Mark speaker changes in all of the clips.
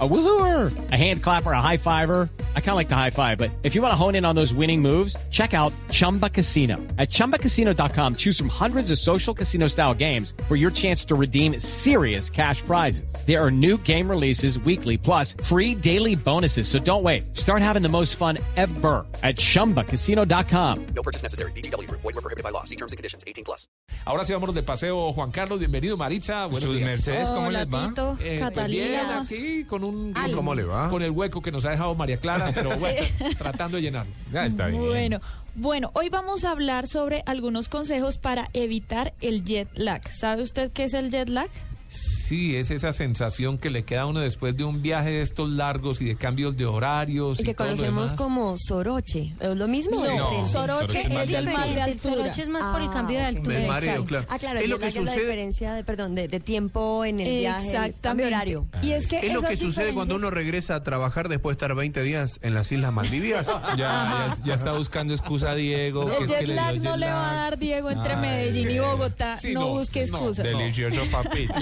Speaker 1: A woohooer, a hand clapper, a high fiver. I kind of like the high five, but if you want to hone in on those winning moves, check out Chumba Casino. At chumbacasino.com, choose from hundreds of social casino style games for your chance to redeem serious cash prizes. There are new game releases weekly, plus free daily bonuses. So don't wait. Start having the most fun ever at chumbacasino.com.
Speaker 2: No purchase necessary. BGW. Void were prohibited by law. See terms and conditions. 18 plus.
Speaker 3: Ahora sí vámonos de paseo. Juan Carlos, bienvenido. Maritza, buenos
Speaker 4: Sus
Speaker 3: días.
Speaker 4: mercedes, ¿cómo
Speaker 5: Hola,
Speaker 4: les va?
Speaker 5: Tito,
Speaker 3: Eh, pues bien,
Speaker 5: Catalina.
Speaker 3: aquí con un
Speaker 5: Ay.
Speaker 3: con-
Speaker 6: ¿Cómo le va?
Speaker 3: Con el hueco que nos ha dejado María Clara, pero bueno, tratando de llenarlo.
Speaker 4: Ya está bien.
Speaker 5: Bueno, bueno, hoy vamos a hablar sobre algunos consejos para evitar el jet lag. ¿Sabe usted qué es el jet lag?
Speaker 3: Sí, es esa sensación que le queda a uno después de un viaje de estos largos y de cambios de horarios.
Speaker 7: que
Speaker 3: y todo lo
Speaker 7: conocemos
Speaker 3: demás.
Speaker 7: como soroche. ¿Es lo mismo?
Speaker 5: No,
Speaker 4: No,
Speaker 5: soroche
Speaker 4: soroche
Speaker 5: es el mal de
Speaker 7: diferente,
Speaker 5: altura.
Speaker 7: es más por el cambio de altura.
Speaker 6: Del mareo,
Speaker 7: exacto.
Speaker 6: claro.
Speaker 7: Ah, claro,
Speaker 6: Es
Speaker 7: es
Speaker 6: lo
Speaker 7: lo
Speaker 6: que
Speaker 7: es la
Speaker 6: sucede-
Speaker 7: diferencia de, perdón, de, de tiempo en el viaje, el cambio
Speaker 5: Exactamente.
Speaker 7: de horario.
Speaker 5: Y es que
Speaker 6: Ah, Es lo que
Speaker 5: esas
Speaker 6: sucede cuando uno
Speaker 5: diferencias-
Speaker 6: regresa a trabajar después de estar 20 días en las Islas Maldivias.
Speaker 4: Ya, ya, ya está buscando excusa a Diego. que
Speaker 5: El
Speaker 4: es que
Speaker 5: jet
Speaker 4: dio
Speaker 5: lag no
Speaker 4: jet
Speaker 5: le va a
Speaker 4: lag.
Speaker 5: dar Diego entre
Speaker 4: Ay,
Speaker 5: Medellín y
Speaker 4: bien.
Speaker 5: Bogotá.
Speaker 3: Sí,
Speaker 5: no,
Speaker 3: no, no,
Speaker 5: busque excusas.
Speaker 4: Delicioso papito.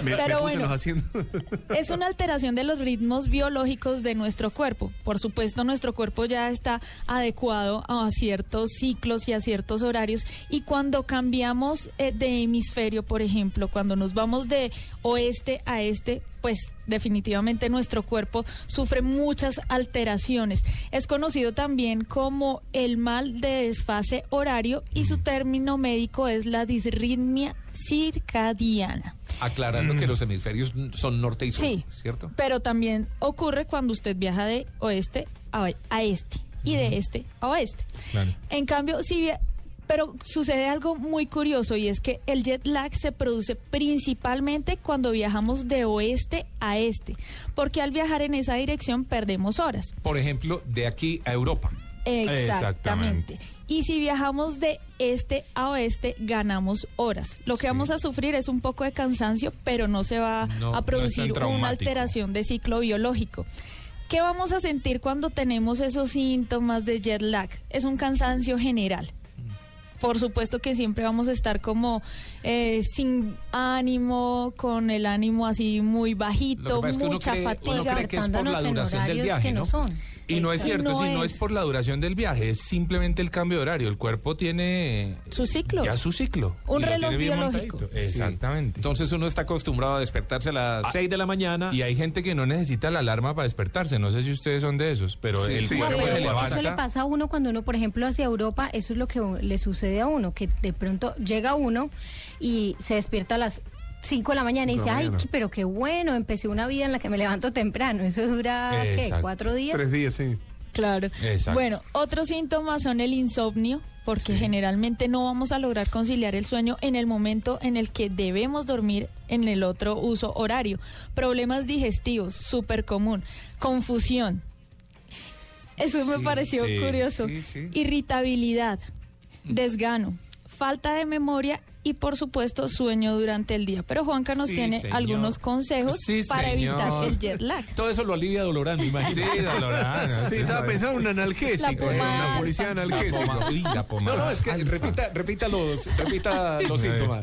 Speaker 6: me, me
Speaker 5: Pero
Speaker 6: puse
Speaker 5: bueno.
Speaker 6: los haciendo.
Speaker 5: Es una alteración de los ritmos biológicos de nuestro cuerpo. Por supuesto, nuestro cuerpo ya está adecuado a ciertos ciclos y a ciertos horarios. Y cuando cambiamos eh, de hemisferio, por ejemplo, cuando nos vamos de oeste a este, pues definitivamente nuestro cuerpo sufre muchas alteraciones. Es conocido también como el mal de desfase horario y su término médico es la disritmia circadiana.
Speaker 3: Aclarando
Speaker 4: Mm.
Speaker 3: que los hemisferios son norte y sur,
Speaker 5: Sí,
Speaker 3: ¿cierto?
Speaker 5: Pero también ocurre cuando usted viaja de oeste a, oe- a este y de este a oeste.
Speaker 4: Claro.
Speaker 5: En cambio, si via- pero sucede algo muy curioso y es que el jet lag se produce principalmente cuando viajamos de oeste a este, porque al viajar en esa dirección perdemos horas.
Speaker 3: Por ejemplo, de aquí a Europa.
Speaker 4: Exactamente.
Speaker 5: Exactamente. Y si viajamos de este a oeste, ganamos horas. Lo que
Speaker 3: Sí.
Speaker 5: vamos a sufrir es un poco de cansancio, pero no se va
Speaker 3: No, no
Speaker 5: a
Speaker 3: es
Speaker 5: producir
Speaker 4: tan
Speaker 5: una
Speaker 4: traumático.
Speaker 5: alteración de ciclo biológico. ¿Qué vamos a sentir cuando tenemos esos síntomas de jet lag? Es un cansancio general. Por supuesto que siempre vamos a estar como eh, sin ánimo, con el ánimo así muy
Speaker 3: Lo que
Speaker 5: bajito,
Speaker 3: pasa es que uno
Speaker 5: mucha
Speaker 3: cree- uno
Speaker 5: fatiga.
Speaker 3: cree que es por la
Speaker 8: Comportándonos en
Speaker 3: duración del
Speaker 8: horarios
Speaker 3: viaje,
Speaker 8: que no
Speaker 3: ¿no?
Speaker 8: son.
Speaker 4: Y no es
Speaker 8: Exacto.
Speaker 4: cierto,
Speaker 5: No
Speaker 4: si no
Speaker 5: es.
Speaker 4: es por la duración del viaje, es simplemente el cambio de horario. El cuerpo tiene...
Speaker 5: Sus ciclos.
Speaker 4: Ya su ciclo.
Speaker 5: Un
Speaker 4: y lo
Speaker 5: reloj
Speaker 4: tiene bien
Speaker 5: biológico.
Speaker 4: montadito.
Speaker 3: Sí.
Speaker 4: Exactamente. Ah,
Speaker 3: Entonces uno está acostumbrado a despertarse a las 6 de la mañana
Speaker 4: y hay gente que no necesita la alarma para despertarse. No sé si ustedes son de esos, pero
Speaker 6: Sí,
Speaker 4: el
Speaker 6: sí,
Speaker 4: cuerpo
Speaker 6: pero
Speaker 4: se levanta.
Speaker 8: Eso le pasa a uno cuando uno, por ejemplo, hacia Europa, eso es lo que u- le sucede a uno, que de pronto llega uno y se despierta a las 5 de la mañana y
Speaker 6: Cinco de
Speaker 8: dice,
Speaker 6: la
Speaker 8: ay,
Speaker 6: mañana".
Speaker 8: qué- pero qué bueno, empecé una vida en la que me levanto temprano. Eso dura, ¿qué?
Speaker 4: Exacto.
Speaker 8: ¿Cuatro días?
Speaker 6: Tres días, sí.
Speaker 5: Claro.
Speaker 4: Exacto.
Speaker 5: Bueno, otros síntomas son el insomnio, porque generalmente no vamos a lograr conciliar el sueño en el momento en el que debemos dormir en el otro uso horario. Problemas digestivos, súper común. Confusión. Eso me
Speaker 3: Sí,
Speaker 5: pareció
Speaker 4: sí,
Speaker 5: curioso.
Speaker 3: sí, sí.
Speaker 5: Irritabilidad, desgano, falta de memoria y por supuesto sueño durante el día. Pero Juanca nos
Speaker 3: Sí,
Speaker 5: tiene
Speaker 3: señor.
Speaker 5: algunos consejos
Speaker 4: Sí,
Speaker 5: para evitar
Speaker 4: señor.
Speaker 5: el jet lag.
Speaker 3: todo eso lo alivia Dolorán, me imagino.
Speaker 4: Sí, Dolorán.
Speaker 6: Sí, estaba pensando en un analgésico,
Speaker 5: La
Speaker 6: en
Speaker 5: pomada.
Speaker 6: una policía de analgésico.
Speaker 3: No, no, es que repita, repita los, repita los síntomas.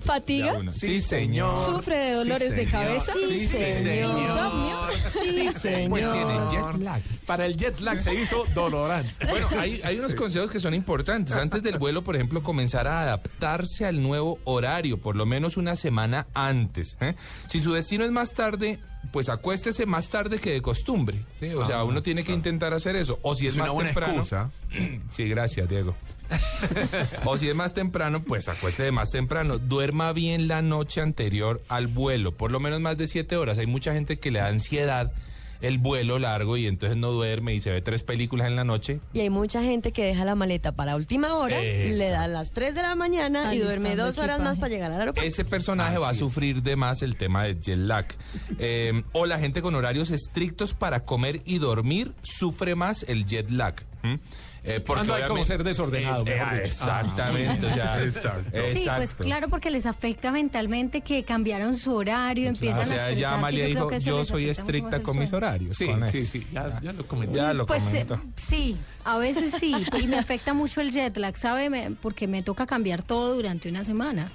Speaker 5: Fatiga,
Speaker 3: Sí, señor.
Speaker 5: ¿Sufre de dolores de cabeza?
Speaker 7: Sí, señor.
Speaker 5: ¿Insomnio?
Speaker 7: Sí,
Speaker 3: Pues
Speaker 7: señor.
Speaker 3: tiene jet lag. Para el jet lag se hizo Dolorán.
Speaker 4: Bueno, hay, hay unos consejos que son importantes. Antes del vuelo, por ejemplo, comenzar a adaptarse al nuevo horario, por lo menos una semana antes. ¿eh? Si su destino es más tarde, pues acuéstese más tarde que de costumbre. ¿sí? O sea, uno tiene que intentar hacer eso. O si es,
Speaker 6: Ah, Es una
Speaker 4: más
Speaker 6: buena
Speaker 4: temprano.
Speaker 6: excusa.
Speaker 4: Sí, gracias, Diego. o si es más temprano, pues acuéstese más temprano. Duerma bien la noche anterior al vuelo, por lo menos más de siete horas. Hay mucha gente que le da ansiedad el vuelo largo y entonces no duerme y se ve tres películas en la noche.
Speaker 7: Y hay mucha gente que deja la maleta para última hora,
Speaker 4: Exacto.
Speaker 7: le da a las 3 de la mañana y
Speaker 5: Alistando
Speaker 7: duerme dos horas
Speaker 5: equipaje.
Speaker 7: más para llegar al aeropuerto.
Speaker 4: Ese personaje va a sufrir de más el tema de jet lag. Eh, o la gente con horarios estrictos para comer y dormir sufre más el jet lag. Ujú. Eh,
Speaker 3: Ah, no hay como
Speaker 4: obviamente-
Speaker 3: ser desordenado,
Speaker 4: Es-
Speaker 3: mejor
Speaker 4: eh,
Speaker 3: dicho. Ah.
Speaker 4: Exactamente. o sea,
Speaker 6: Exacto.
Speaker 8: Sí, pues
Speaker 4: exacto.
Speaker 8: claro, porque les afecta mentalmente que cambiaron su horario, empiezan
Speaker 4: o sea,
Speaker 8: a
Speaker 4: ya
Speaker 8: estresarse.
Speaker 4: Amalia
Speaker 8: creo
Speaker 4: dijo,
Speaker 8: que eso
Speaker 4: yo
Speaker 8: les
Speaker 4: soy
Speaker 8: afecta mucho más
Speaker 4: estricta
Speaker 8: el
Speaker 4: con mis
Speaker 8: sueño".
Speaker 4: horarios.
Speaker 3: Sí,
Speaker 4: con
Speaker 3: sí,
Speaker 4: eso.
Speaker 3: sí, ya, ya lo comenté.
Speaker 4: Ya lo
Speaker 8: Pues eh,
Speaker 4: comento.
Speaker 8: sí, a veces sí, y me afecta mucho el jet lag, ¿sabe? Me- porque me toca cambiar todo durante una semana.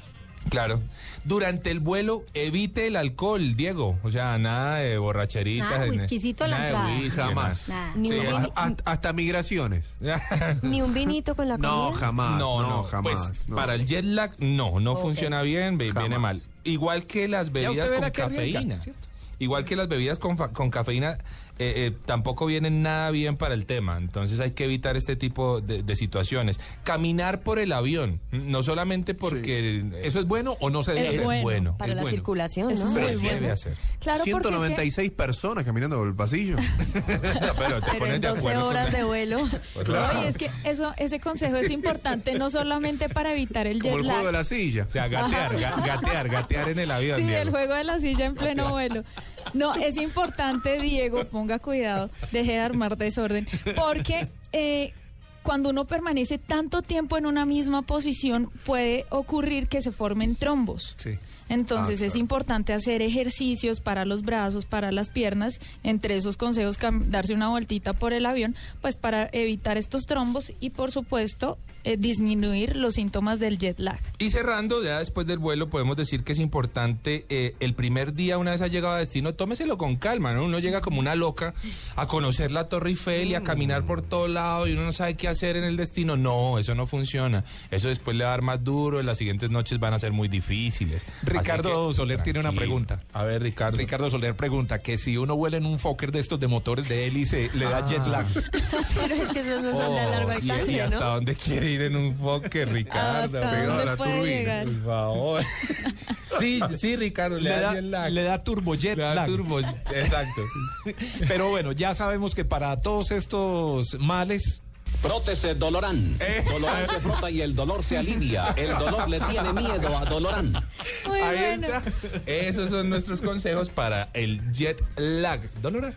Speaker 4: Claro. Durante el vuelo, evite el alcohol, Diego. O sea, nada de borracheritas.
Speaker 8: Nada,
Speaker 4: en-
Speaker 8: whiskycito a la
Speaker 4: nada de
Speaker 8: entrada.
Speaker 4: whisky,
Speaker 6: Jamás.
Speaker 8: Nada.
Speaker 7: Ni, un,
Speaker 4: Sí,
Speaker 7: vini-
Speaker 6: Hasta, hasta migraciones.
Speaker 7: ni un vinito con la
Speaker 6: No,
Speaker 7: comida.
Speaker 6: jamás.
Speaker 4: No, no,
Speaker 6: jamás.
Speaker 4: Pues,
Speaker 6: no.
Speaker 4: Para el jet lag, no, no funciona bien, ve- viene
Speaker 6: Jamás.
Speaker 4: mal. Igual que las bebidas
Speaker 3: usted
Speaker 4: con
Speaker 3: verá que arriesga,
Speaker 4: cafeína.
Speaker 3: ¿cierto?
Speaker 4: Igual que las bebidas con, fa- con cafeína, eh, eh, tampoco vienen nada bien para el tema. Entonces hay que evitar este tipo de, de situaciones. Caminar por el avión, no solamente porque
Speaker 3: ¿Eso es bueno o no se debe
Speaker 5: Es
Speaker 3: hacer?
Speaker 5: bueno.
Speaker 7: Para
Speaker 4: es
Speaker 7: la
Speaker 4: bueno.
Speaker 7: circulación,
Speaker 5: Es
Speaker 7: ¿no?
Speaker 5: muy
Speaker 4: Se debe hacer.
Speaker 5: Claro, porque es que-
Speaker 6: 196 personas caminando por el pasillo.
Speaker 4: No, pero te
Speaker 7: Pero
Speaker 4: pones
Speaker 7: en
Speaker 4: de
Speaker 7: 12
Speaker 4: acuerdo con
Speaker 7: horas
Speaker 4: la-
Speaker 7: de vuelo.
Speaker 6: Pues
Speaker 5: No, y es que eso, ese consejo es importante no solamente para evitar el
Speaker 6: Como
Speaker 5: jet
Speaker 6: el juego de
Speaker 5: lag,
Speaker 6: la silla.
Speaker 4: O sea, gatear, ga- gatear, gatear en el avión.
Speaker 5: sí,
Speaker 4: Diego.
Speaker 5: el juego de la silla en pleno vuelo. No, es importante, Diego, ponga cuidado, deje de armar desorden, porque eh, cuando uno permanece tanto tiempo en una misma posición puede ocurrir que se formen trombos.
Speaker 3: Sí.
Speaker 5: Entonces
Speaker 6: Ah,
Speaker 5: es
Speaker 6: claro.
Speaker 5: importante hacer ejercicios para los brazos, para las piernas, entre esos consejos cam- darse una vueltita por el avión, pues para evitar estos trombos y por supuesto eh, disminuir los síntomas del jet lag.
Speaker 4: Y cerrando, ya después del vuelo, podemos decir que es importante eh, el primer día, una vez ha llegado a destino, tómeselo con calma, ¿no? Uno llega como una loca a conocer la Torre Eiffel y
Speaker 3: Mm.
Speaker 4: a caminar por todo lado y uno no sabe qué hacer en el destino. No, eso no funciona. Eso después le va a dar más duro, las siguientes noches van a ser muy difíciles. Así
Speaker 3: Ricardo Soler tiene una
Speaker 4: tranquilo.
Speaker 3: pregunta.
Speaker 4: A ver, Ricardo.
Speaker 3: Ricardo Soler pregunta que si uno vuela en un Fokker de estos de motores de hélice, le da jet lag.
Speaker 7: Pero es que esos no son de
Speaker 4: Oh,
Speaker 7: largo
Speaker 4: y-
Speaker 7: alcance,
Speaker 4: Ah, y,
Speaker 7: ¿no?
Speaker 4: hasta dónde quiere ir en un foque, Ricardo?
Speaker 5: ¿Hasta
Speaker 4: Pero-
Speaker 6: pegado a
Speaker 5: dónde
Speaker 6: la
Speaker 5: puede
Speaker 6: turbina.
Speaker 5: llegar?
Speaker 4: Por favor. Sí, sí, Ricardo, le, da, jet lag.
Speaker 3: le da turbo jet
Speaker 4: Le da
Speaker 3: lag.
Speaker 4: turbo- exacto.
Speaker 3: Pero bueno, ya sabemos que para todos estos males,
Speaker 9: Prótese Dolorán. Dolorán se frota y el dolor se alivia. El dolor le tiene miedo a Dolorán.
Speaker 5: Muy
Speaker 4: Ahí
Speaker 5: bueno.
Speaker 4: está. Esos son nuestros consejos para el jet lag. Dolora.